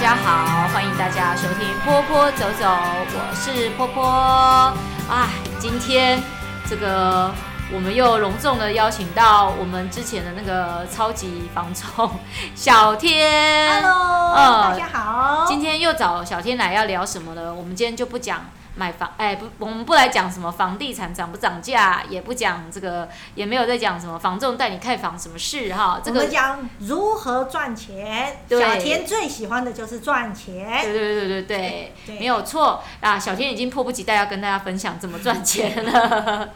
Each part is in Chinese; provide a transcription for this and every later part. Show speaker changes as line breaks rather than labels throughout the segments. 家好，欢迎大家收听波波走走，我是波波。哎，今天这个我们又隆重的邀请到我们之前的那个超级防虫小天。
Hello，、
呃
大家好。
今天又找小天来要聊什么呢？我们今天就不讲买房，哎，不，我们不来讲什么房地产涨不涨价，也不讲这个，也没有在讲什么房仲带你看房什么事哈。这
我
个
们讲如何赚钱。
对
小田最喜欢的就是赚钱。
对对对对对，
对
没有错啊！小天已经迫不及待要跟大家分享怎么赚钱 了。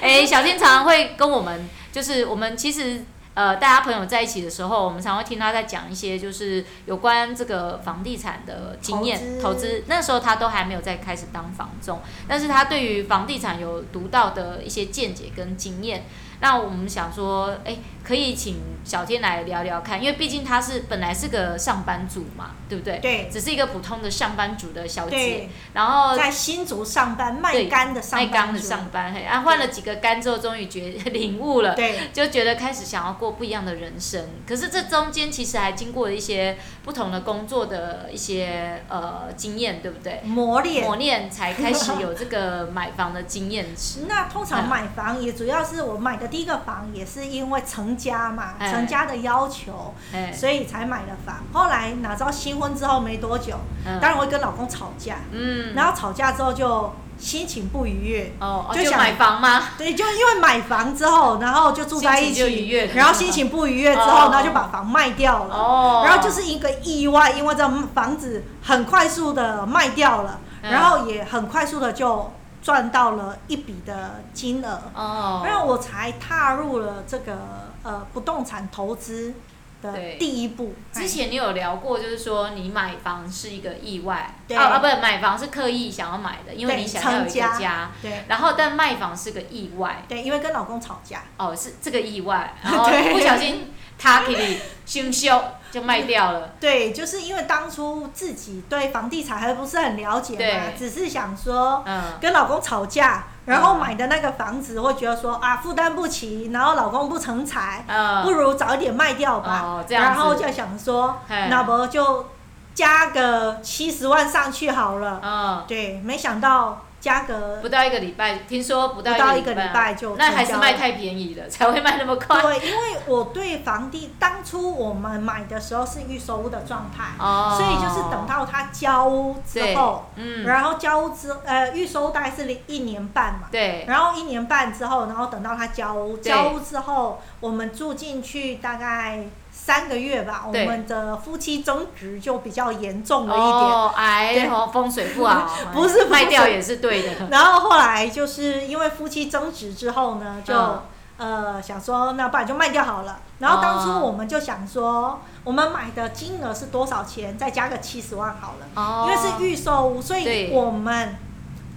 哎、小天常常会跟我们，就是我们其实呃，大家朋友在一起的时候，我们常会听他在讲一些就是有关这个房地产的经验、投
投资
资。那时候他都还没有在开始当房仲，但是他对于房地产有独到的一些见解跟经验。那我们想说，哎、可以请小天来聊聊看，因为毕竟他是本来是个上班族嘛，对不对？
对
只是一个普通的上班族的小姐
对，，
然后
在新竹上班卖
对
干的上
卖
班
干的
族
上班，嘿，啊，换了几个干之后，终于觉领悟了。
对
就觉得开始想要过不一样的人生，可是这中间其实还经过了一些不同的工作的一些呃经验，对不对？
磨练。
磨练才开始有这个买房的经验值。
那
嗯
通常买房也主要是我买的第一个房也是因为成家嘛，
哎
成家的要求，
哎，
所以才买了房。后来哪知道新婚之后没多久，
嗯
当然我会跟老公吵架，
嗯，
然后吵架之后就心情不愉悦，
哦，哦
就
就
想
买房吗？
对，就因为买房之后，然后就住在一
心情就愉
起
悦，
然后心情不愉悦之
哦
后，然后就把房卖掉了。
哦，
然后就是一个意外，因为这房子很快速的卖掉了，
嗯
然后也很快速的就赚到了一笔的金额，
哦，
然后我才踏入了这个呃不动产投资
对
的第一步。
之前你有聊过，就是说你买房是一个意外，
对
啊啊，不，买房是刻意想要买的，因为
对
你想要有一个
成家
家，
对
然后但卖房是个意外，
对，因为跟老公吵架，
哦，是这个意 外，然后
对
不小心他给你熏修就卖掉 了，
对，就是因为当初自己对房地产还不是很了解嘛
对，
只是想说
嗯，
跟老公吵架，然后
嗯
买的那个房子会觉得说啊负担不起，然后老公不成才，
呃
不，如早一点卖掉吧。
哦，这样
然
子，
后就想说，
嘿
那不就加个七十万上去好了。
嗯，
对，没想到加个
不到一个礼拜，听说不
不
到
到
一
一
个
个
礼拜，
礼拜就
那还
成
是
交
卖
了
太便宜了，才会卖那么快，
对，因为我对房地当初我们买的时候是预售屋的状态，
哦，
所以就是等到它交屋之
对
后，，
嗯，
然后交屋之呃预售屋大概是一年半嘛。
对，
然后一年半之后，然后等到他交屋，
对
交屋之后，我们住进去大概三个月吧，我
对
们的夫妻争执就比较严重了一点。
哦，哎
对
呦，风水不好， 哎
不是风水
卖掉也是 对的，
然后后来就是因为夫妻争执之后呢，就、
嗯
呃想说，那不然就卖掉好了。然后当初我们就想说，我们买的金额是多少钱，再加个七十万好了，
哦
因为是
预，
预售屋，所以
对
我们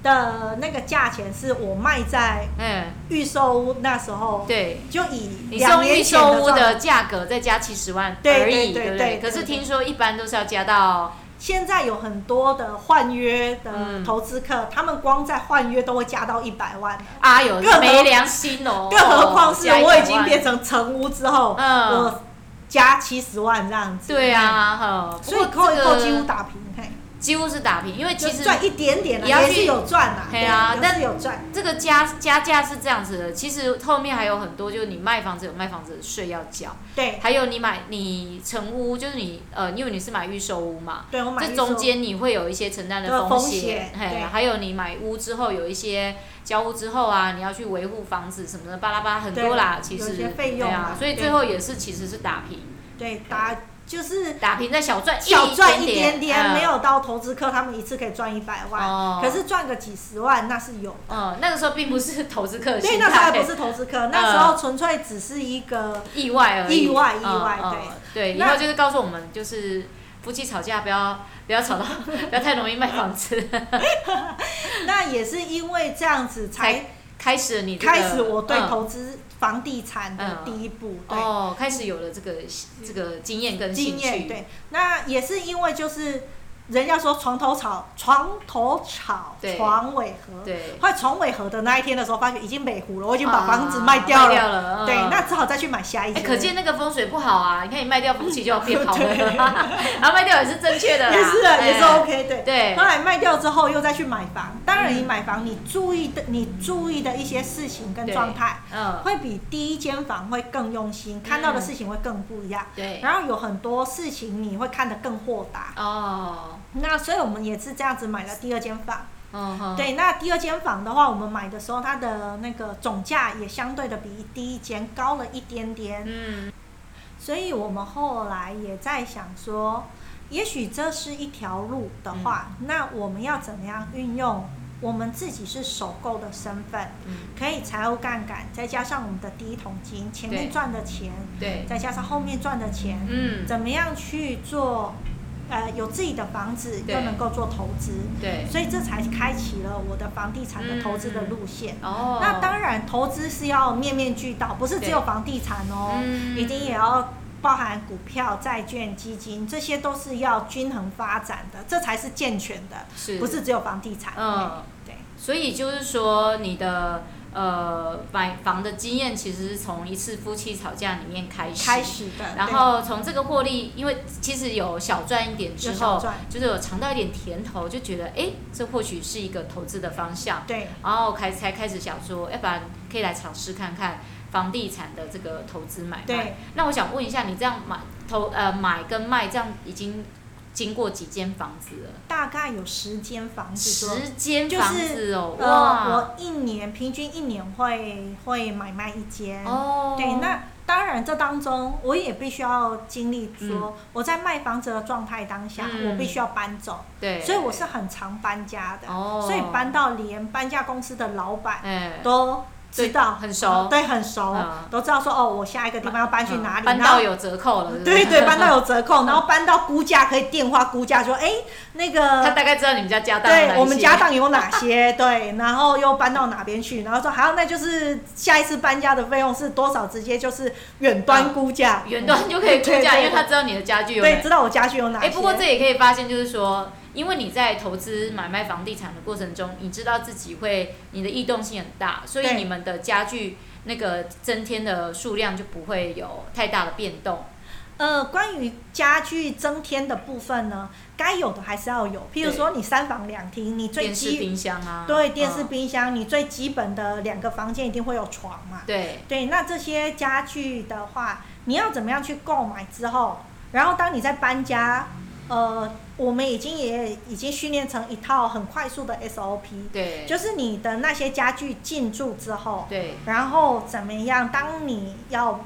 的那个价钱是我卖在
嗯，
预售屋那时候。
对，
就以
你
两
送
年
预
前
售屋
状态
的价格再加七十万
对
而已，
对对
不
对对
可是
对
听说一般都是要加到，
现在有很多的换约的
嗯
投资客，他们光在换约都会加到一百万了，
啊有
更何
没良心哦，
更何况是
加100万
我已经变成成屋之后，
嗯
我加七十万这样子。
对，啊，哈，
所以
不过
扣一
这
扣几乎
个
打平，嘿，
几乎是打平，因为其
就
实
赚一点点了，
也要
也
去
是有赚啦，
嘿啊
也
但
是有赚，
这个加加价是这样子的，其实后面还有很多，就是你卖房子有卖房子的税要缴，
对
还有你买你成屋，就是你呃，因为你是买预售屋嘛，
对，我买
这
预售
中间你会有一些承担
都
的
有
风
风
险
险，
嘿
对，
还有你买屋之后有一些交屋之后啊，你要去维护房子什么的，巴拉巴拉很多啦，其
对
实
有一些费
对
用啊
啊，所以
对
最后也是其实是打平，
对打就是
打平再小赚
小赚一点
嗯
点，没有到投资客他们一次可以赚一百万，
哦，
可是赚个几十万那是有的。
嗯，那个时候并不是投资客的
对，
心
那时候还
态，
不是投资客，那时候纯粹只是一个
意外而已，
意外
嗯
意外
嗯对，以
那
后就是告诉我们就是。夫妻吵架不要不要吵到， 不要太容易卖房子。
那也是因为这样子才
开始嗯你这个
开始我对
嗯
投资房地产的第一步，对嗯
哦，开始有了这个这个经验跟
经
兴趣，
验对。那也是因为就是人家说床头草，床头草，
对
床尾和。
对，
快床尾和的那一天的时候，发觉已经北湖了，我已
已
经把房子卖掉了。
掉了。嗯
对，那只好再去买下一
哎，
间。
可见那个风水不好啊！你看你卖掉风气就要变 好了，然后卖掉也是正确的啦，
也是啊，也是
哎
OK 对。
对
后，来卖掉之后又再去买房，当然你
嗯
买房你注意的你注意的一些事情跟
对
状态，
嗯，
会比第一间房会更用心，看到的事情会更不一样，
对，
然后有很多事情你会看得更豁达。
哦，
那所以我们也是这样子买了第二间房。
嗯哼，
对，那第二间房的话，我们买的时候它的那个总价也相对的比第一间高了一点点。
嗯，
所以我们后来也在想说，也许这是一条路的话，
嗯
那我们要怎么样运用我们自己是首购的身份，
嗯，
可以财务杠杆，再加上我们的第一桶金，前面
对
赚的钱，
对，
再加上后面赚的钱，
嗯，
怎么样去做？呃，有自己的房子
对
又能够做投资，
对，
所以这才开启了我的房地产的投资的路线。
哦，
那当然，投资是要面面俱到，不是只有房地产哦，
嗯
一定也要包含股票、债券、基金，这些都是要均衡发展的，这才是健全的，
是
不是只有房地产。
嗯，
对，
所以就是说你的呃买房的经验其实是从一次夫妻吵架里面开始，
开始的。
然后从这个获利，因为其实有小赚一点
对
之
有小
后，
赚，
就是有尝到一点甜头，就觉得哎，诶这或许是一个投资的方向，
对
然后开才开始想说，要不然可以来尝试看看房地产的这个投资买卖
对。
那我想问一下，你这样买投呃买跟卖，这样已经经过几间房子了？
大概有十间房子左右。
十间
就是
房子哦，哇，
呃，我一年平均一年会会买卖一间。
哦，
对，那当然，这当中我也必须要经历说，我在卖房子的状态当下，
嗯
我必须要搬走，
对，
所以我是很常搬家的，
哦，
所以搬到连搬家公司的老板
哎，
都知道，
对很熟
对，很熟，
嗯
都知道说哦，我下一个地方要搬去哪里，
嗯搬
然后
到有嗯折扣了，
对
不
对，搬到有折扣，然后搬到估价可以电话估价，说哎那
他
个。
大概知道你们家家当有哪一
对
些
我们家当有哪些？ 对，然后又搬到哪边去？然后说，好，那就是下一次搬家的费用是多少？直接就是远端估价，
嗯远端就可以估
对
价，
对
因为他知道你的家具有哪
对，知道我家具有哪些。
哎、不过这也可以发现，就是说，因为你在投资买卖房地产的过程中，你知道自己会你的异动性很大，所以
对
你们的家具那个增添的数量就不会有太大的变动。
呃，关于家具增添的部分呢，该有的还是要有。譬如说，你三房两厅，你最
电视、
基
冰箱啊，
对电视、
嗯
冰箱，你最基本的两个房间一定会有床嘛。
对，
对，那这些家具的话，你要怎么样去购买之后，然后当你在搬家，呃，我们已经也已经训练成一套很快速的 SOP，
对，
就是你的那些家具进驻之后，
对，
然后怎么样？当你要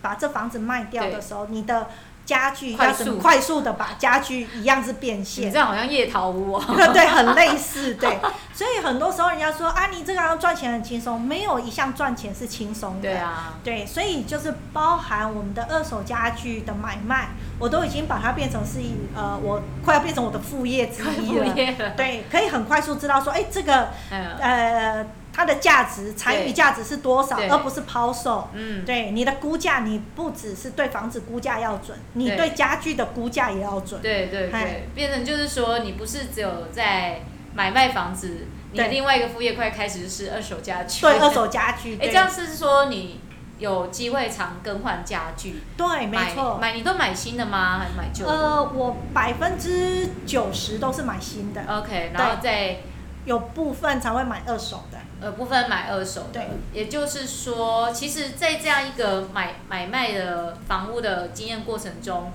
把这房子卖掉的时候，你的家具
快
要怎么
速
快速的把家具一样是变
你
现
这？样好像夜逃屋哦。
对，很类似，对。所以很多时候人家说啊，你这个好像赚钱很轻松，没有一项赚钱是轻松的。
对啊，
对，所以就是包含我们的二手家具的买卖，我都已经把它变成是一呃，我快要变成我的副业之
快
一
不
了。
夜了。
对，可以很快速知道说，哎，这个
嗯
呃，它的价值，参与
对
价值是多少
对，
而不是抛售。
嗯，
对你的估价，你不只是对房子估价要准，你
对
对家具的估价也要准。
对对
嗨
对，变成就是说，你不是只有在买卖房子，你的
对
另外一个副业快开始就是二手家具。
对二手家 具，
哎、
对
这样是说你有机会常更换家具，
对，没
买
错。
买你都买新的吗？还是买旧的、
呃，我百分之九十都是买新的，
o k 然后再
有部分才会买二手的。
呃部分买二手的
对。
也就是说，其实，在这样一个买买卖的房屋的经验过程中，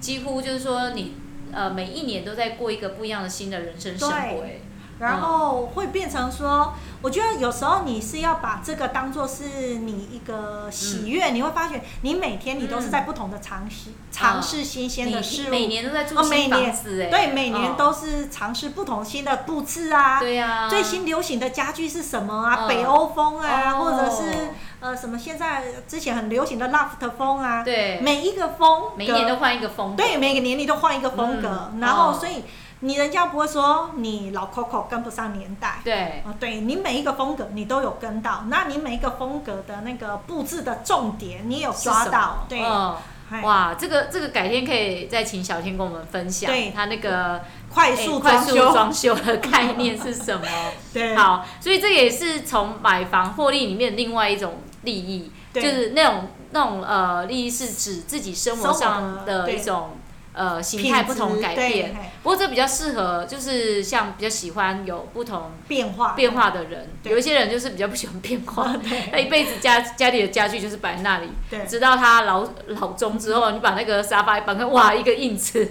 几乎就是说你呃每一年都在过一个不一样的新的人生生活、
对
哎
然后
哦
会变成说，我觉得有时候你是要把这个当做是你一个喜
嗯
悦，你会发觉你每天你都是在不同的尝试、尝试新鲜的事
哦你
物，
每年都在住
哦每
新
年
房子、哎、
对，每年
嗯、
都是尝试不同新的布置啊。
对啊，
最新流行的家具是什么啊？
嗯
北欧风啊，
哦
或者是呃什么现在之前很流行的 loft 风啊，
哦对，
每一个风格
每一年都换一个风格，
对，每个年龄都换一个风格，
嗯
然后
哦
所以你人家不会说你老 Coco 跟不上年代。
对
哦，对你每一个风格你都有哦跟到，那你每一个风格的那个布置的重点你有
是什
抓
么
到，对，
嗯
嗨
哇，这个这个改天可以再请小天跟我们分享
对，
他那个
快
哎
速
快
装
速
修，
装修的概念是什么？
对，
好，所以这也是从买房获利里面另外一种利益，就
对
是那种那种呃利益是指自己生活
生
上
活
的
对
一种呃形
品
态
质
不同改
对哎
变。
嘿
不过这比较适合，就是像比较喜欢有不同
变化
变化的人，
啊对
有一些人就是比较不喜欢变化，
对
他一辈子家家里的家具就是摆在那里，
对。
直到他老老中之后，你把那个沙发一搬开，哇，一个印子。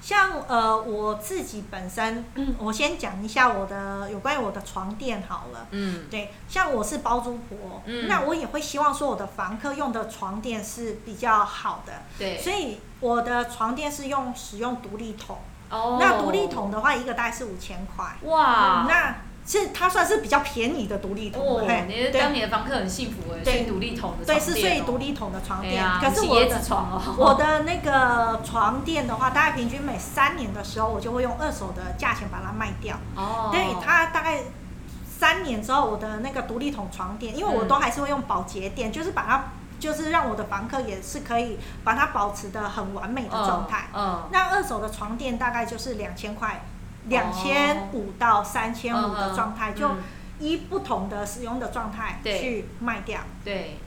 像呃，我自己本身，嗯我先讲一下我的有关于我的床垫好了。
嗯
对，像我是包租婆，
嗯
那我也会希望说我的房客用的床垫是比较好的，，
对。
所以我的床垫是用使用独立桶。
哦
那独立桶的话，一个大概是五千块，嗯
哇，
那是它算是比较便宜的独立桶，
哦
嘿，
你的当
对
你的房客很幸福哎，
对
睡独立桶的床
对，
垫
是
哦
睡独立桶的床
哎
垫，
呀，
可是
你
我
椰
的
子床哦，
我的那个床垫的话，大概平均每三年的时候，我就会用二手的价钱把它卖掉。
哦，
对，它大概三年之后，我的那个独立桶床垫，因为我
嗯
都还是会用保洁垫，就是把它，就是让我的房客也是可以把它保持的很完美的状态。
嗯，
那二手的床垫大概就是两千
哦
块，两千五到三千五的状态，
嗯
就依不同的使用的状态
对
去卖掉。
嗯对，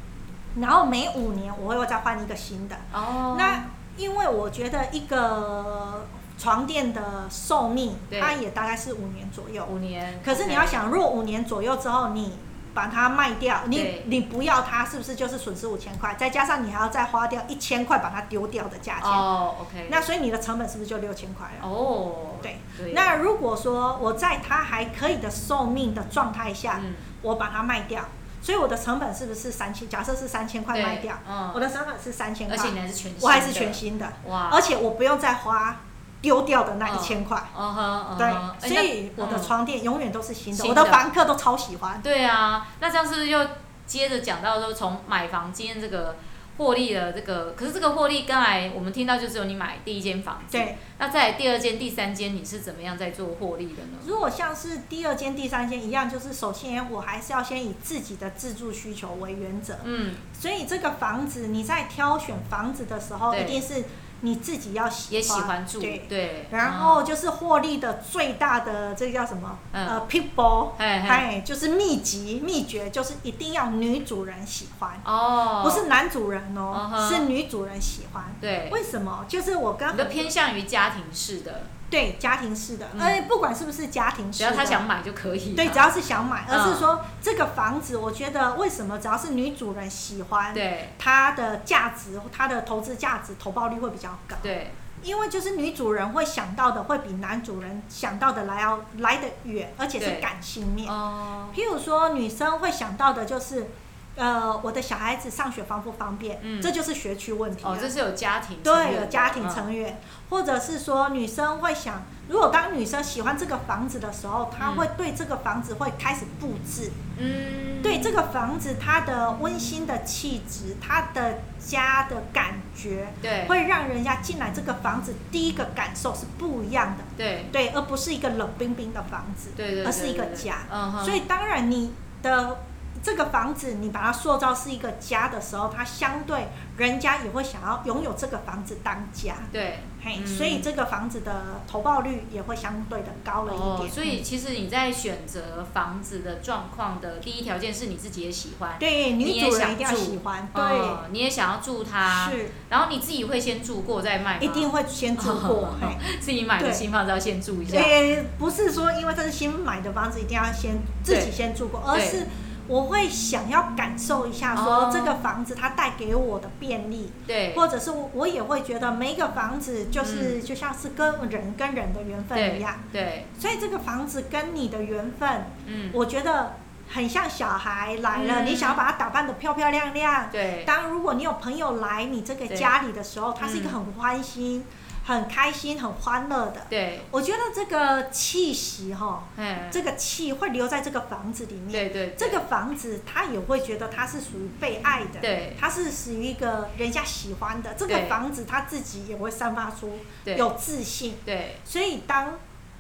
然后每五年我会再换一个新的。
哦，
那因为我觉得一个床垫的寿命，
对
它也大概是五年左右。
五年，
可是你要想，如果五年左右之后你把它卖掉，你
对
你不要它，是不是就是损失五千块？再加上你还要再花掉一千块把它丢掉的价
OK
钱，
哦，OK，
那所以你的成本是不是就六千块了？
哦，
对
对，
那如果说我在它还可以的寿命的状态下，
嗯
我把它卖掉，所以我的成本是不是三千？假设是三千块
对
卖掉，
嗯
我的成本是三千
而且
块
你，还是全新的，
我还是全新的。
哇，
而且我不用再花丢掉的那一千块。
嗯哼，嗯哼
对，所以
哎那
我的
嗯
床垫永远都是新的，
新
我的
的
房客都超喜欢。
对啊，那这样是不是又接着讲到说从买房经验这个获利的这个，可是这个获利刚才我们听到就只有你买第一间房子，
对，
那再来第二间、第三间你是怎么样在做获利的呢？
如果像是第二间、第三间一样，就是首先我还是要先以自己的自住需求为原则，
嗯，
所以这个房子你在挑选房子的时候，
对
一定是你自己要喜欢，
也喜欢住，
对。
对，
然后就是获利的最大的这个叫什么？
嗯
呃，people，
哎哎
哎，就是秘籍秘诀，就是一定要女主人喜欢。
哦，
不是男主人
嗯
哦，
哼
是女主人喜欢。
对，
为什么？就是我
你
刚
都偏向于家庭式的，
对家庭式的，
嗯
而且不管是不是家庭式
只
的，
要他想买就可以嘛，
对，只要是想买，
嗯
而是说这个房子，我觉得为什么只要是女主人喜欢，
对
它的价值，它的投资价值、投报率会比较高，
对
因为就是女主人会想到的会比男主人想到的来要来得远，而且
对
是感性面。
哦，
譬如说，女生会想到的就是，呃，我的小孩子上学方不方便？
嗯
这就是学区问题了。啊
哦，这是有家庭成员
对，
的
有家庭成
嗯
员，或者是说女生会想，如果当女生喜欢这个房子的时候，她
嗯
会对这个房子会开始布置，
嗯，
对这个房子它的温馨的气质，它的家的感觉，
对
会让人家进来这个房子第一个感受是不一样的，
对
对，而不是一个冷冰冰的房子，
对对，
而是一个
对对
家。
嗯哼，
所以当然你的这个房子，你把它塑造是一个家的时候，它相对人家也会想要拥有这个房子当家，
对。
嘿，
嗯
所以这个房子的投报率也会相对的高了一
哦
点。，
所以其实你在选择房子的状况的第一条件是你自己也喜欢，
对
你
女
也
主人
想
一定要
住
喜欢，
哦
对，
你也想要住它，
是
然后你自己会先住过再卖吗？哦
一定会先住 过，嘿。
自己买的
对
新房子要先住一下，
诶，不是说因为这是新买的房子，一定要先自己
对
先住过，而
对
是我会想要感受一下，
哦
说这个房子它带给我的便利，
对
或者是我我也会觉得每一个房子就是、就像是跟人跟人的缘分一
对
样，
对，
所以这个房子跟你的缘分，
嗯，
我觉得很像小孩来了，
嗯
你想要把它打扮的漂漂亮亮。
对
当如果你有朋友来你这个
对
家里的时候，它是一个
嗯
很欢欣、很开心、很欢乐的。
对，
我觉得这个气息哈，
哎，
这个气会留在这个房子里面。
对对
这个房子他也会觉得他是属于被爱的，
对
他是属于一个人家喜欢的。这个
对
房子他自己也会散发出
对
有自信，
对
所以当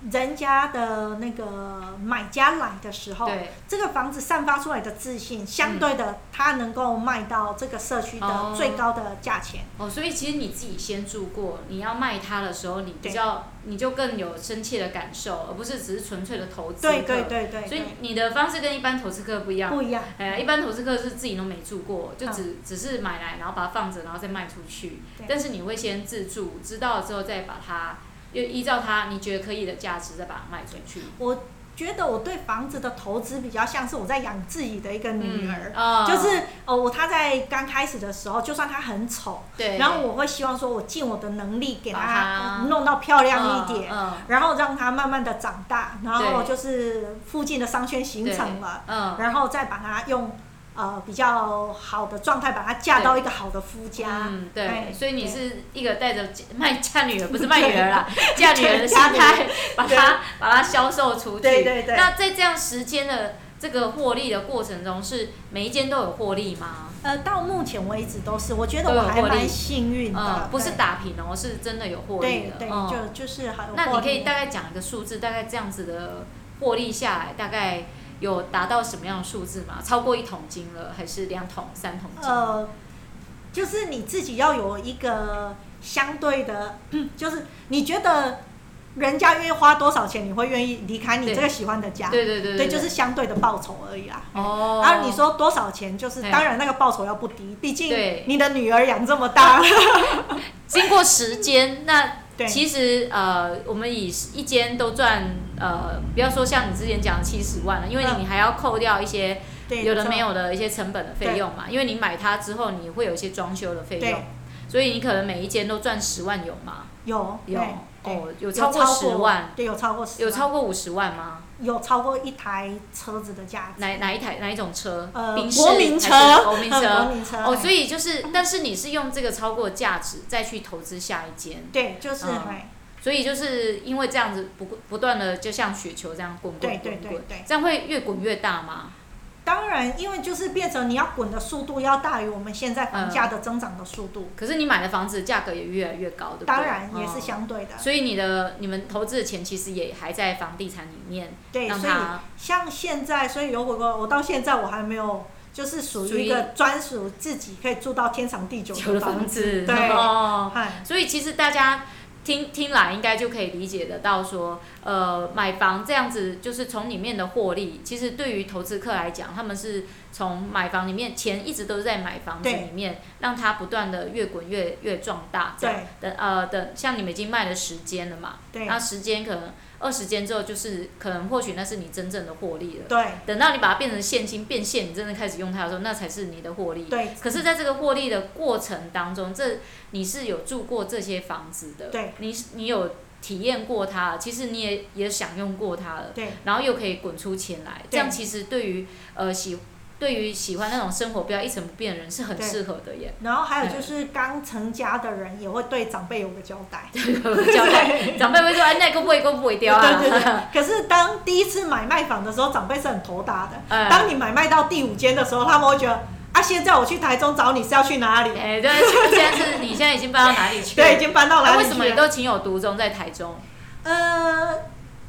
人家的那个买家来的时候，
对，
这个房子散发出来的自
嗯
信，相对的，它能够卖到这个社区
哦
的最高的价钱。
哦，所以其实你自己先住过，你要卖它的时候，你比
对
较你就更有深切的感受，而不是只是纯粹的投资客。
对对对对，
所
对
以你的方式跟一般投资客不一样。
不一样。
哎，一般投资客是自己都没住过，就只、只是买来，然后把它放着，然后再卖出去
嗯对。
但是你会先自住，知道了之后再把它，又依照它你觉得可以的价值再把它卖出去。
我觉得我对房子的投资比较像是我在养自己的一个女儿，
啊
就是哦，我她在刚开始的时候，就算她很丑，
对，
然后我会希望说，我尽我的能力给
把
她
它
弄到漂亮一点。
嗯
然后让它慢慢的长大，然后
对
就是附近的商圈形成了，
嗯，
然后再把它用呃比较好的状态把它嫁到一个好的夫家。
嗯，对，
哎
所以你
对
是一个带着卖嫁女儿，不是卖女儿啦，嫁女儿的心
嫁女儿
态，把它把它销售出去。
对对对
那在这样时间的这个获利的过程中，是每一间都有获利吗？
呃，到目前为止都是，我觉得
都有
我还
获利
蛮幸运的
嗯，，不是
对
打平哦，是真的有获利
对
的。
对，
嗯
就就是还有
那你
获
可以
利
大概讲一个数字，大概这样子的获利下来，大概有达到什么样的数字吗？超过一桶金了，还是两桶、三桶金？
呃，就是你自己要有一个相对的， 就是你觉得人家愿意花多少钱，你会愿意离开你
对
这个喜欢的家，
对对对
对，就是相对的报酬而已啦。
哦。
然后你说多少钱？就是
对
当然那个报酬要不低，毕竟
对
你的女儿养这么大，
经过时 间，那
对
其实呃，我们以一间都赚呃，不要说像你之前讲七十万了，因为
嗯
你还要扣掉一些
对，
有的没
有，
有的一些成本的费用嘛，因为你买它之后，你会有一些装修的费用
对，
所以你可能每一间都赚十万有吗？
有
有
对对
哦，有
有
超过十万，，
对，有超过十万，
有超过五十万吗？
有超过一台车子的价值，
哪哪一台哪一种车？
啊呃，
宾士
国民 车，
还是国民
嗯
车。
国民车，
哦，所
以
以就是，但是你是用这个超过价值再去投资下一间，
对，就是
嗯
哎，
所以就是因为这样子不不断的就像雪球这样滚滚
对
滚
对对
滚，
对。
这样会越滚越大吗？
当然，因为就是变成你要滚的速度要大于我们现在房
嗯
价的增长的速度，
可是你买的房子价格也越来越高，对不对？
当然也是
嗯
相对的。
所以你的你们投资的钱其实也还在房地产里面，
对，
让
所以
它
像现在，所以有我我我到现在我还没有，就是属
属于
于一个专属自己可以住到天长地久
有了
的
房
房子。
子，
对
哦，
嗨，
所以其实大家听听来应该就可以理解得到说，呃，买房这样子就是从里面的获利，其实对于投资客来讲，他们是从买房里面钱一直都是在买房子
对
里面，让它不断的越滚越越壮大这样。
对
等呃等，像你们已经卖了十间了嘛，
对
那时间可能二十间之后，就是可能或许那是你真正的获利了。
对
等到你把它变成现金变现，你真的开始用它的时候，那才是你的获利。
对
可是，在这个获利的过程当中，这你是有住过这些房子的，
对，
你是你有体验过它了，其实你也也享用过它了，
对
然后又可以滚出钱来，这样其实对于呃喜对于喜欢那种生活不要一成不变的人是很
对
适合的耶，
然后还有
哎
就是刚成家的人也会对长辈有个交 代。
交 代长辈会说，哎，那个不会，那个不会掉啊，
对对对。可是当第一次买卖房的时候，长辈是很头大的。
哎
当你买卖到第五间的时候，他们会觉得啊，现在我去台中找你是要去哪里？
哎，对，现在是你现在已经搬到哪里去了？
对，已经搬到
那
哪里
啊为
去
什
了？
么你都情有独钟在台中？
呃，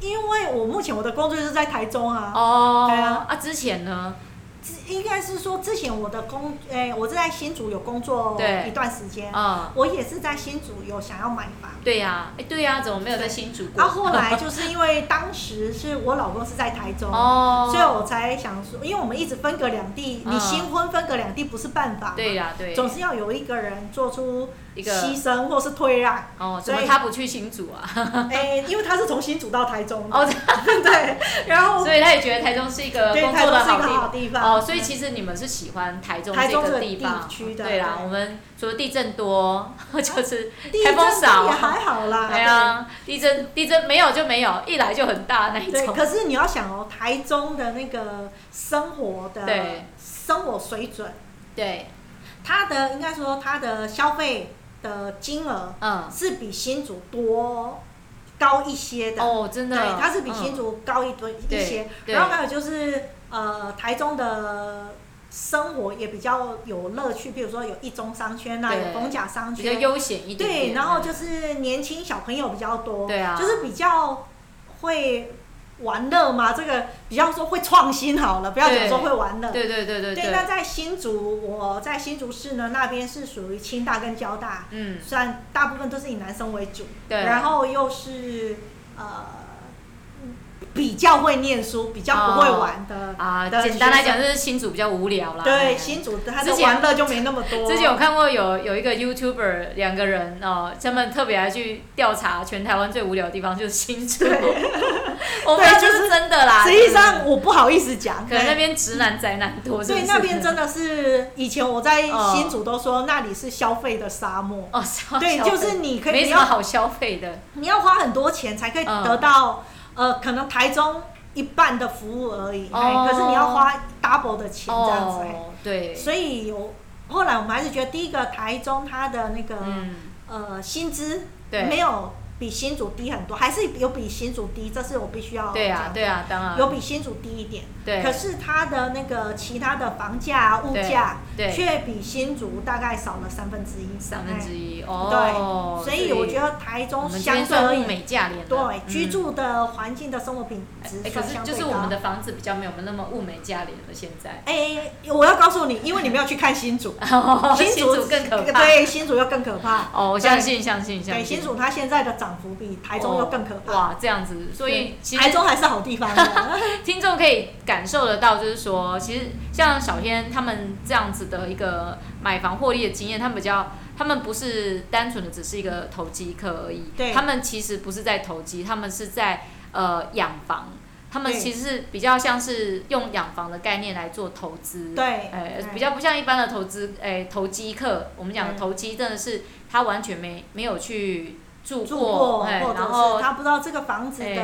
因为我目前我的工作就是在台中啊。
哦，
对啊
啊，之前呢？
之应该是说之前我的工，诶、我是在新竹有工作
对
一段时间，
嗯，
我也是在新竹有想要买房。
对呀、哎，对呀、怎么没有在新竹过？
然啊后后来就是因为当时是我老公是在台中，
哦，
所以我才想说，因为我们一直分隔两地，
嗯
你新婚分隔两地不是办法嘛，
对呀、对，啊
总是要有一个人做出
一个。
牺牲或是退让
哦，怎
所
么
以
他不去新竹啊？
诶、因为他是从新竹到台中的，
哦，
对，然后
所以他也觉得台中是一个
哦对
工
台
作
中
的
是一
好
个好
地
地
方。
方
哦，所以其实你们是喜欢台中
台
这
中
个
这个
地方，
地区的
对啦。
对
我们除了地震多， 就是
地
台
震
风
也
少，啊
还好啦，
对啊，地震地震没有就没有，一来就很大那一
对，
种。
可是你要想哦，台中的那个生活的
对
生活水准，
对，
它的应该说它的消费的金额
嗯，
是比新竹多高一些的，
哦，真的，
对，它是比新
嗯
竹高一多一些
对。对
然后还有就是呃，台中的生活也比较有乐趣，比如说有一中商圈啊，
对
有逢甲商
比较
圈，
悠闲一点点。
对，然后就是年轻小朋友比较多，
对啊
就是比较会玩乐吗？这个比较说会创新好了，不要讲说会玩乐。
对对对对
对，那在新竹，我在新竹市呢，那边是属于清大跟交大，
嗯，
算大部分都是以男生为主，
对
然后又是呃比较会念书、比较不会玩的
啊，
的
简单来
学生
讲就是新主比较无聊啦。哎
对，新竹他
之
的
前
玩乐就没那么多。
之前我看过有有一个 YouTuber 两个人哦，他们特别还去调查全台湾最无聊的地方就是新竹， 我们
对
就
就是
是真的啦。
实际上我不好意思讲，
可能那边直男宅男多，是
所
不
以
是
那边真的是以前我在
哦
新竹都说那里是消费的沙漠，
哦，消
对，
消
就是
费
你可以
没
你
什么
要
好消费的，
你要花很多钱才可以
嗯
得到呃可能台中一半的服务而已，
哦
哎可是你要花 double 的钱这样子，哎
哦，对，
所以有后来我们还是觉得第一个台中它的那个
嗯，
呃薪资
对
没有比新竹低很多，还是有比新竹低，这是我必须要
对
讲
啊
的，
对啊，当然
有比新竹低一点。
对
可是它的那个其他的房价、啊、物价，
对对
却比新竹大概少了三分之一。
三分之一
哎
哦，
对，所以我觉得台
我
中
们这边
相对而
算物
言，
美价廉了，
对
嗯
居。住的环境的生活品质
哎，可
算
是
相
就
对
是我
高
们。的房子比较没有那么物美价廉了，现 在。
哎，我要告诉你，因为你没有去看新 竹，
哦新竹更可怕。
对，新竹又更可怕。
哦，我相信，相信，相
对，
信。
新竹它现在的涨幅比台中又更可怕。
哇，这样子，所以
对
其
台
实
中还是好地方 的。
听众可以感受得到，就是说，其实像小天他们这样子的一个买房获利的经验，他们比较，他们不是单纯的只是一个投机客而已，
对
他们其实不是在投机，他们是在呃养房。他们
对
其实是比较像是用养房的概念来做投资，
对
呃，
对
比较不像一般的投资，哎，投机客，我们讲的
嗯
投机真的是他完全没没有去住
住过，
哎，
或者
然后
是他不知道这个房子
哎
的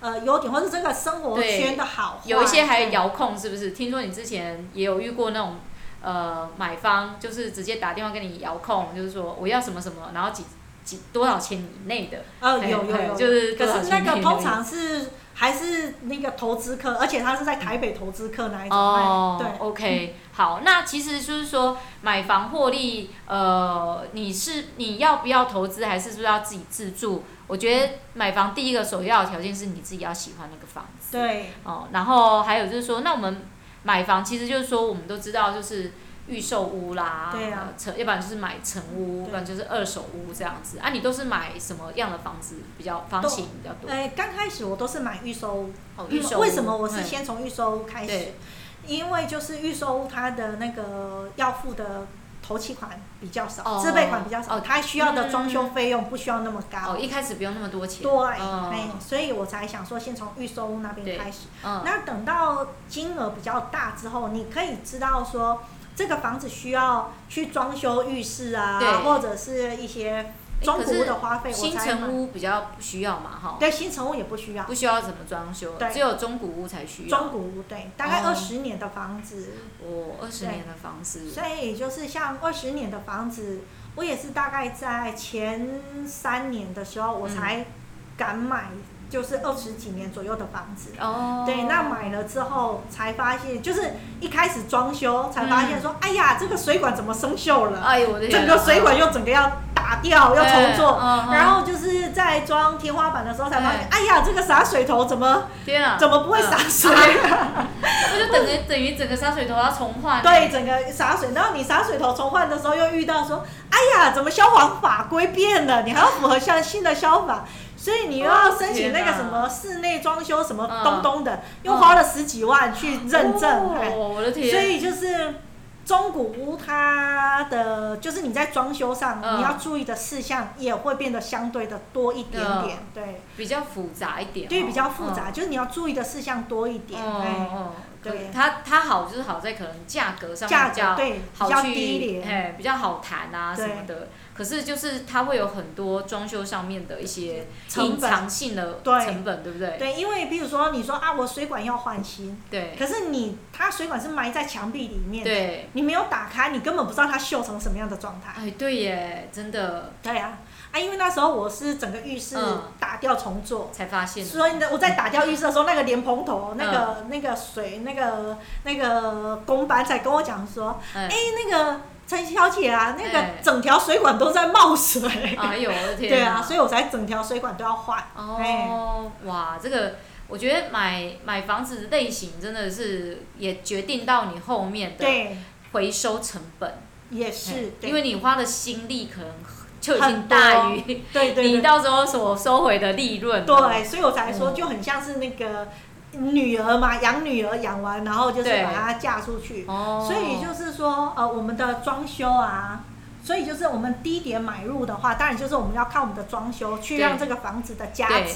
呃优点，或者这个生活
对
圈的好坏，
有一些还
嗯
遥控，是不是？听说你之前也有遇过那种呃买方，就是直接打电话跟你遥控，就是说我要什么什么，然后几几多少钱以内的，
呃
哎
有有
哎
有，
就是多少
可是
钱
那
以内
个
的
通常是还是那个投资客，而且他是在台北投资客那一种，
哦
哎对，
，OK，好，那其实就是说买房获利，呃，你是你要不要投资，还是是不是要自己自住？我觉得买房第一个首要的条件是你自己要喜欢那个房子。
对
哦，然后还有就是说，那我们买房其实就是说，我们都知道就是预售屋啦，
对啊
呃成要不然就是买成屋，
对
不然就是二手屋这样子。啊，你都是买什么样的房子比较房型比较多？
呃，刚开始我都是买预售屋，
哦，
因
预
为
售屋
为什么我是
嗯
先从预售屋开始
对？
因为就是预售屋它的那个要付的头期款比较少，
哦
自备款比较
哦
少，它需要的装修
嗯
费用不需要那么高
哦，。一开始不用那么多钱，
对，
嗯
哎、所以我才想说先从预售屋那边开始。
嗯，
那等到金额比较大之后，你可以知道说这个房子需要去装修浴室啊
对，
或者是一些
诶
中古
可
屋
是
的花费，我
新
才
城
买。
屋比较不需要嘛，哈，
对，新城屋也不需要
不。需要怎么装修，
对
只有中古屋才需
中
要。
古屋对，大概
哦
二十年的房子，
哦，二十
对
年的房子，
所以就是像二十年的房子，我也是大概在前三年的时候，我
嗯
才敢买，就是二十几年左右的房子。
哦，
对，那买了之后才发现，就是一开始装修才发现说，哎呀，这个水管怎么生锈了？
哎呦我的天
整
嗯啊，
个水管又整个要打掉，要重做。
嗯嗯
然后就是在装天花板的时候才发现，哎呀，这个洒水头怎么
天啊，
怎么不会洒
嗯
水？
那就等于等于整个洒水头要重换。
对，整个洒水。然后你洒水头重换的时候又遇到说，哎呀，怎么消防法规变了？你还要符合像新的消法。所以你又
哦
要申请那个什么室内装修什么东东的，又花了十几万去认证，哎
嗯哦，我的天！
所以就是中古屋它的，就是你在装修上、
嗯
你要注意的事项也会变得相对的多一点点，
嗯
对，
比较复杂一点哦，
对，比较复杂，就是你要注意的事项多一
嗯。
点，
哦
哎、
哦，可
对
它它好就是好在可能价格上
价
面比
格
较
对比较
好
低
去，
廉，
哎，比较好谈啊什
对
么的。可是就是它会有很多装修上面的一些
成
隐
本
藏性的
对
成本，对不对？
对，因为比如说你说啊，我水管要换新，
哎对
可是你它水管是埋在墙壁里面，，
对，
你没有打开，你根本不知道它锈成什么样的状态，
哎，对耶，真的
对啊，啊，因为那时候我是整个浴室
嗯
打掉重做。
才发现。嗯
所以呢，我在打掉浴室的时候，那个莲蓬头、那个、那个水、那那个那个工班才跟我讲说，哎、那个陈小姐啊，那
哎
个整条水管都在冒水。
哎呦，我的天！
对啊，所以我才整条水管都要换。哎
哦，哇，这个我觉得买买房子类型真的是也决定到你后面的
对，
回收成本，
也是
嘿，
对
哎因为你花的心力可能就已
很
经
多
大 于
对对
你嗯
对
到时候所收回的利润了。
对，所以我才说就很像是那个女儿嘛，养女儿养完，然后就是
对
把她嫁出去。
哦，
所以就是说，呃，我们的装修啊，所以就是我们低点买入的话，当然就是我们要看我们的装修，去
对
让这个房子的价
对
值，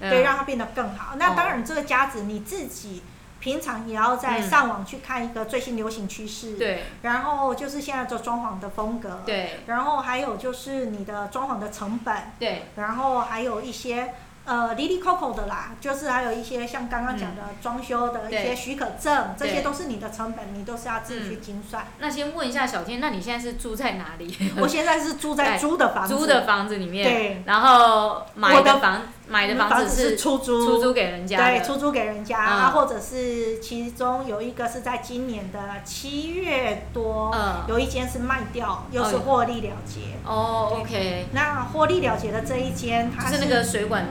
嗯
对，让它变得更好。那
哦
当然，这个价值你自己平常也要在
嗯
上网去看一个最新流行趋势，
对
然后就是现在的装潢的风格，，
对
然后还有就是你的装潢的成本，
对
然后还有一些呃 l i l y Coco 的啦，就是还有一些像刚刚讲的装修的一
嗯对
些许可证，这
对嗯
些都是你的成本，你都是要自己去精算。
那先问一下小天，那你现在是住在哪里？
我现在是住在租的房子，
嗯租的房子里面，
对，
然后买
我的
的房买的
嗯房
房
子是
子是
出租，
出租给人家
对，
的，
出租给人家、
嗯
啊，或者是其中有一个是在今年的七月多，
嗯
有一间是卖掉，又是
哦
获利了结。
哦，OK，
那获利了结的这一间，
就
它
是那个水管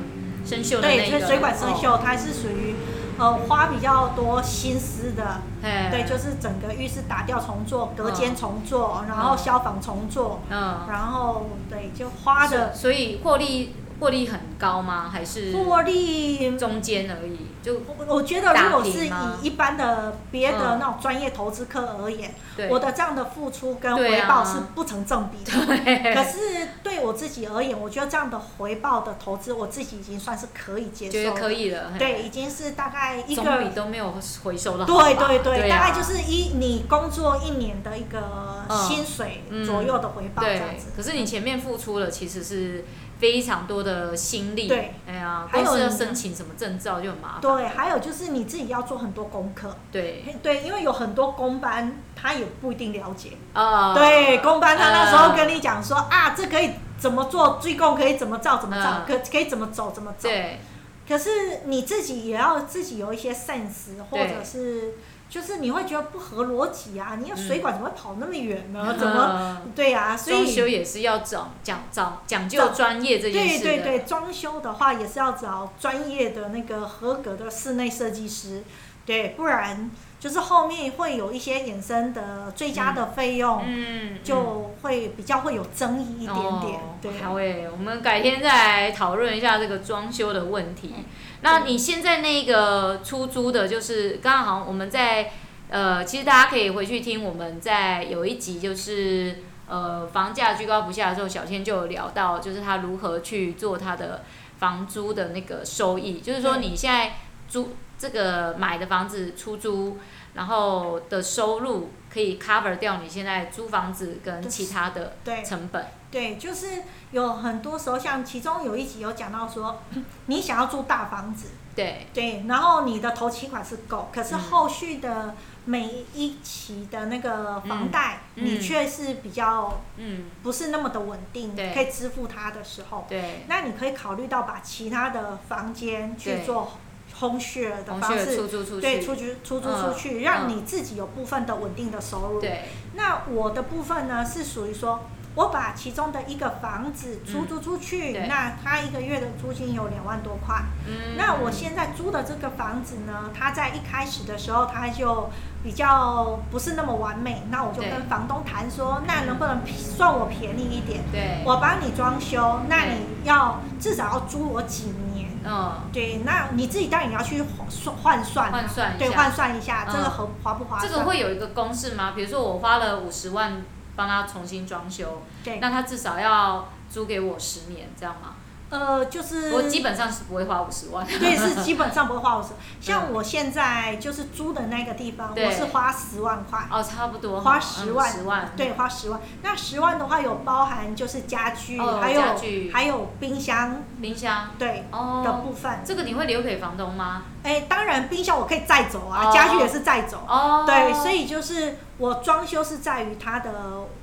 生锈的
对，
那个，
就
哦
是水管生锈，它是属于呃花比较多心思的，
哦，
对，
对
就是整个浴室打掉重做，隔间重做，然后消防重做，
嗯，
然后对，就花的
所以获利获利很高吗？还是
获利。
中间而已？就
我我觉得，如果是
打平
以
吗
一般的别的
嗯
那种专业投资客而言，
对，
我的这样的付出跟
对
回
啊
报是不成正比的。可
对，
是对我自己而言，我觉得这样的回报的投资，我自己已经算是可以接
觉
受
得
了。
可以了，嘿
对，已，经是大概一
总
个
比都没有回收的好吧，
对对对，
对啊，
大概就是一你工作一年的一个
嗯
薪水左右的回报这
对
样子。，
可是你前面付出了，其实是非常多的心力。
对，
哎呀，
还有
光是要
你啊
申请什么证照就很麻烦。
对，还有就是你自己要做很多功课，
对，
对，因为有很多公班他也不一定了解。
呃，
对，公班他那时候跟
你
你讲说、啊，这可以怎么做，追供可以怎么造怎么造，
嗯
可可以怎么走怎么走。
对
可是你自己也要自己有一些 sense，或
对
者是就是你会觉得不合逻辑啊，你要
嗯
水管怎么会跑那么远呢？怎么？
么
对呀、啊，所
装
以
修也是要讲讲讲讲究
讲
专业这件
对
事
对
的。
对，装修的话也是要找专业的那个合格的室内设计师，对，不然就是后面会有一些衍生的追加的费用，
嗯，嗯，
就会比较会有争议一点点。
哦
对，
好诶，我们改天再来讨论一下这个装修的问题。
嗯
那你现在那个出租的，就是刚刚好像我们在呃，其实大家可以回去听我们在有一集就是呃房价居高不下的时候，小千就有聊到，就是他如何去做他的房租的那个收益，就是说
嗯
你现在租这个买的房子出租，然后的收入可以 cover 掉你现在租房子跟其他的
对
成本。
对，就是有很多时候，像其中有一集有讲到说， 你想要住大房子，
对，
对，然后你的头期款是够，可是
嗯
后续的每一期的那个房
嗯
贷，
嗯
你却是比较
嗯，
不是那么的稳定，
对
可以支付它的时候，
对，
那你可以考虑到把其他的房间去
对
做空穴的
同
方
学
式，
出租出去，
对，出去出租出去，
嗯
让
嗯
你自己有部分的稳定的收入。
对
那我的部分呢，是属于说。我把其中的一个房子出租出去，
嗯对
那它一个月的租金有两万多块。
嗯，
那我现在租的这个房子呢，它在一开始的时候，它就比较不是那么完美。那我就
对
跟房东谈说，那能不能算我便宜一点？
对，
我帮你装修，那你要至少要租我几年？
嗯，
对，那你自己当然也要去换换算啊、
换算一
对，
下
换算一下
嗯
这个合划不划
这
算？
个会有一个公式吗？比如说我花了五十万帮他重新装修，
对，
那他至少要租给我十年，这样吗？
呃，就是
我基本上是不会花五十万，
对是基本上不会花五十，像我现在就是租的那个地方，
嗯对
我是花十万块。
哦，差不多哈，
花十万，
十万，
对，花十万。那十万的话有包含就是家具，
哦
还有
家具
还有冰箱，
冰箱，
对、的
哦，
部分。
这个你会留给房东吗？
哎，当然冰箱我可以再走啊，
哦
家具也是再走。
哦，
对，所以就是我装修是在于它的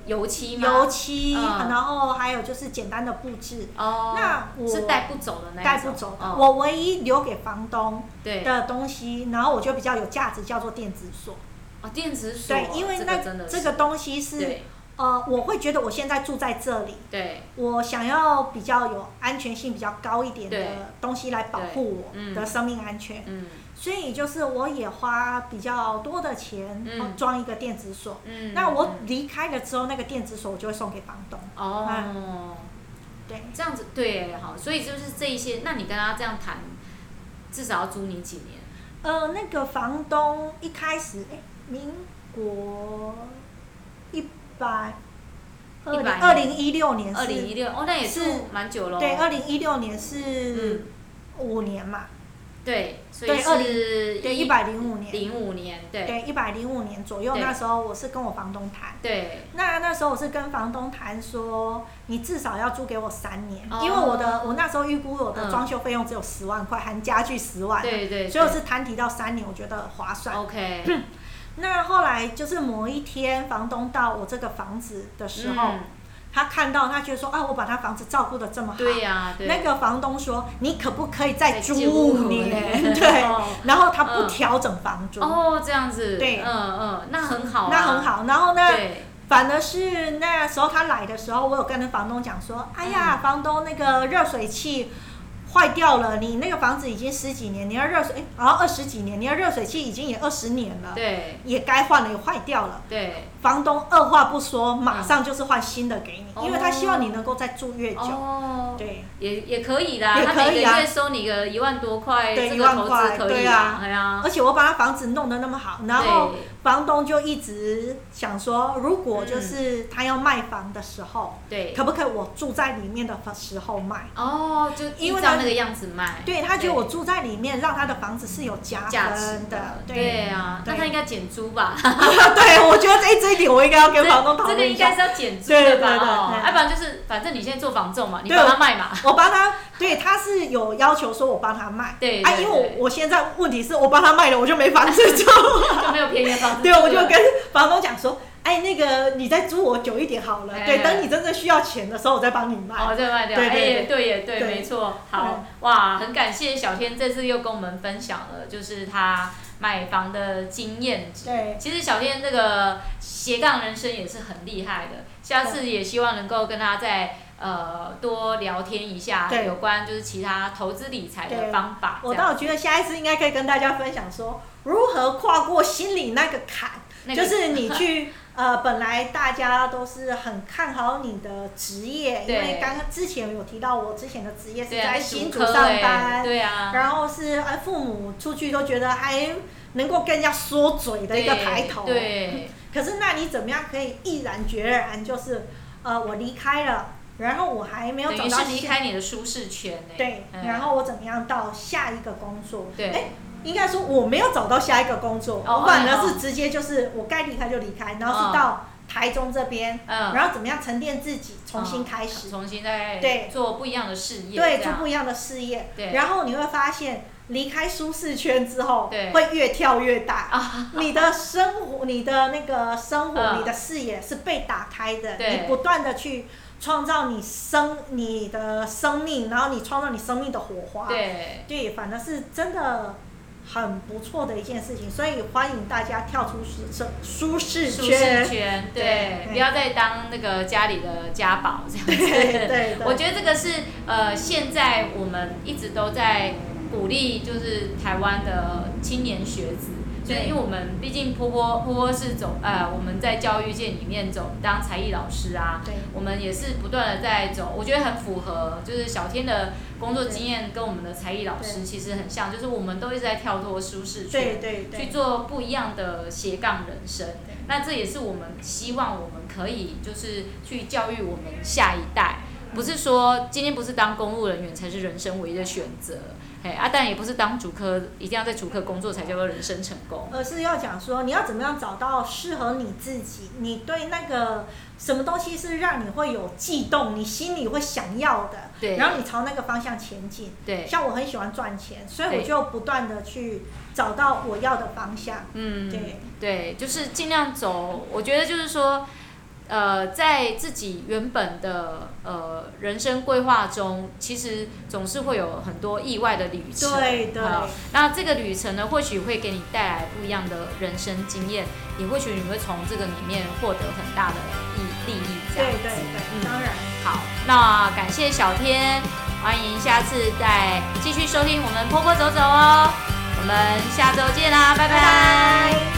油漆吗？
油漆，
嗯
然后还有就是简单的布置。
哦，
那我
是带不走的那一
带
种
不走的。
嗯
我唯一留给房东
对，
的东西，然后我觉得比较有价值，叫做电子锁。
哦，电子锁，
对，因为
这
那
个真的
这
是
个东西是
对
呃，我会觉得我现在住在这里，
对，
我想要比较有安全性比较高一点
对
的东西来保护
嗯
我的生命安全，
嗯
所以就是我也花比较多的钱
嗯
哦装一个电子锁。
嗯。
那我
嗯
离开了之后，那个电子锁我就会送给房东。啊
哦，
对，
这样子对，好，所以就是这一些。那你跟他这样谈，至少要租你几年？
呃，那个房东一开始，哎，民国一百二零二零一六年
二零
是，
一六哦，那也
是
住蛮久了。哦
对，二零一六年
嗯
是，五年嘛，
对，所以
对20
是
对，一百零五年，
零五年，对
对，一百零五年左右，
对
那时候我是跟我房东谈。
对
那那时候我是跟房东谈说，你至少要租给我三年，
哦
因为我的我那时候预估我
嗯
的装修费用只有十万块，含家具十万，
对对，
所以我是摊提到三年，我觉得划算。
OK
那后来就是某一天，房东到我这个房子的时候，
嗯
他看到他觉得说啊，我把他房子照顾的这么好，
对呀，对
那个房东说你可不可以再租
再租
五 年？对，
哦
然后他不
嗯
调整房租，
哦，这样子，
对
嗯嗯，那很好啊，
那很好。然后呢，
对，
反而是那时候他来的时候，我有跟那房东讲说，哎呀，
嗯
房东那个热水器。坏掉了，你那个房子已经十几年，你要热水，哎然后二十几年，你要热水器已经也二十年了，
对
也该换了，也坏掉了。
对，
房东二话不说，马上就是换新的给你，
嗯
因为他希望你能够再住越久。
哦，
对
也也可以啦，
也
他
可
每
以
个
啊
月收你个一万多块，
对
这
一
个
万
投资
块
可以
对
啦
啊，
哎呀，
而且我把他房子弄得那么好，然后房东就一直想说，如果就是他要卖房的时候，
嗯对，
可不可以我住在里面的时候卖？
哦，就依
因为
照
他
那个样子卖，
对他觉得我住在里面，让他的房子是有加
价值
分的。
对啊，那
对
他应该减租吧？
对，我觉得这这一点我应该要跟房东讨
这个
论一
应该
下。
是要减租的吧？
对对对
哦，
对
要不然就是反正你现在做房仲嘛，你
对
帮他卖嘛。
我帮他，对，他是有要求说我帮他卖。
对
啊，
对
因为我
对
我现在问题是我帮他卖了，我就没房子 住。
就没有便宜的房子。
对，我就跟房东讲说，哎，那个你再租我久一点好了，
哎
对，等你真正需要钱的时候，我再帮你卖。
哦，再卖掉，
对
哎，
对对
也对，也对，
对
没错，好
嗯
哇，很感谢小天这次又跟我们分享了，就是他买房的经验值。
对，
其实小天这个斜杠人生也是很厉害的，下次也希望能够跟他再呃多聊天一下，
对
有关就是其他投资理财的
对
方法。
我
这样
倒觉得下一次应该可以跟大家分享说，如何跨过心里那个坎，
那个
就是你 去呃，本来大家都是很看好你的职业，因
对
为刚刚之前有提到我之前的职业是
对啊，
在
在
新
竹
竹
科
上
哎
班，
对啊，
然后是呃父母出去都觉得还能够跟人家说嘴的一个
对
抬头，
对，
可是那你怎么样可以毅然决然就是，呃，我离开了，然后我还没有
等
找
于
到
是离
下
开你的舒适圈哎。
对，
嗯
然后我怎么样到下一个工作？
对
哎，应该说我没有找到下一个工作，
哦
我反
哦
而是直接就是我该离开就离开，然后
哦
是到台中这边，
嗯，
然后怎么样沉淀自己，重新开始，
重新再
对
做不一样的事业，
对，
这
做
样
不一样的事业，
对
然后你会发现。离开舒适圈之后
对，
会越跳越大。
啊，
你的生活、你的那个生活、
嗯
你的视野是被打开的，
对
你不断的去创造你生、你的生命，然后你创造你生命的火花。
对，
对，反正是真的很不错的一件事情，所以欢迎大家跳出舒适舒适
舒适
圈。
圈，对
对，
不要再当那个家里的家宝这样子。
对对对
我觉得这个是呃，现在我们一直都在鼓励，就是台湾的青年学子。就是
对
因为我们毕竟波波波波是走呃，我们在教育界里面走当才艺老师啊，
对
我们也是不断的在走，我觉得很符合，就是小天的工作经验跟我们的才艺老师其实很像，就是我们都一直在跳脱舒适圈，
对对
去
对
做不一样的斜杠人生
对。
那这也是我们希望我们可以就是去教育我们下一代，不是说今天不是当公务人员才是人生唯一的选择，哎啊，但也不是当主科一定要在主科工作才叫做人生成功。
而是要讲说，你要怎么样找到适合你自己，你对那个什么东西是让你会有悸动，你心里会想要的，
对
然后你朝那个方向前进。
对，
像我很喜欢赚钱，所以我
对
就不断的去找到我要的方向。
嗯，
对
对，就是尽量走。我觉得就是说，呃，在自己原本的呃人生规划中，其实总是会有很多意外的旅程。
对对
好那这个旅程呢，或许会给你带来不一样的人生经验，也或许你会从这个里面获得很大的益利益。这
对
样
对
子
对，
嗯
当然，
好，那感谢小天，欢迎下次再继续收听我们坡坡走走哦。我们下周见啦，拜拜
拜拜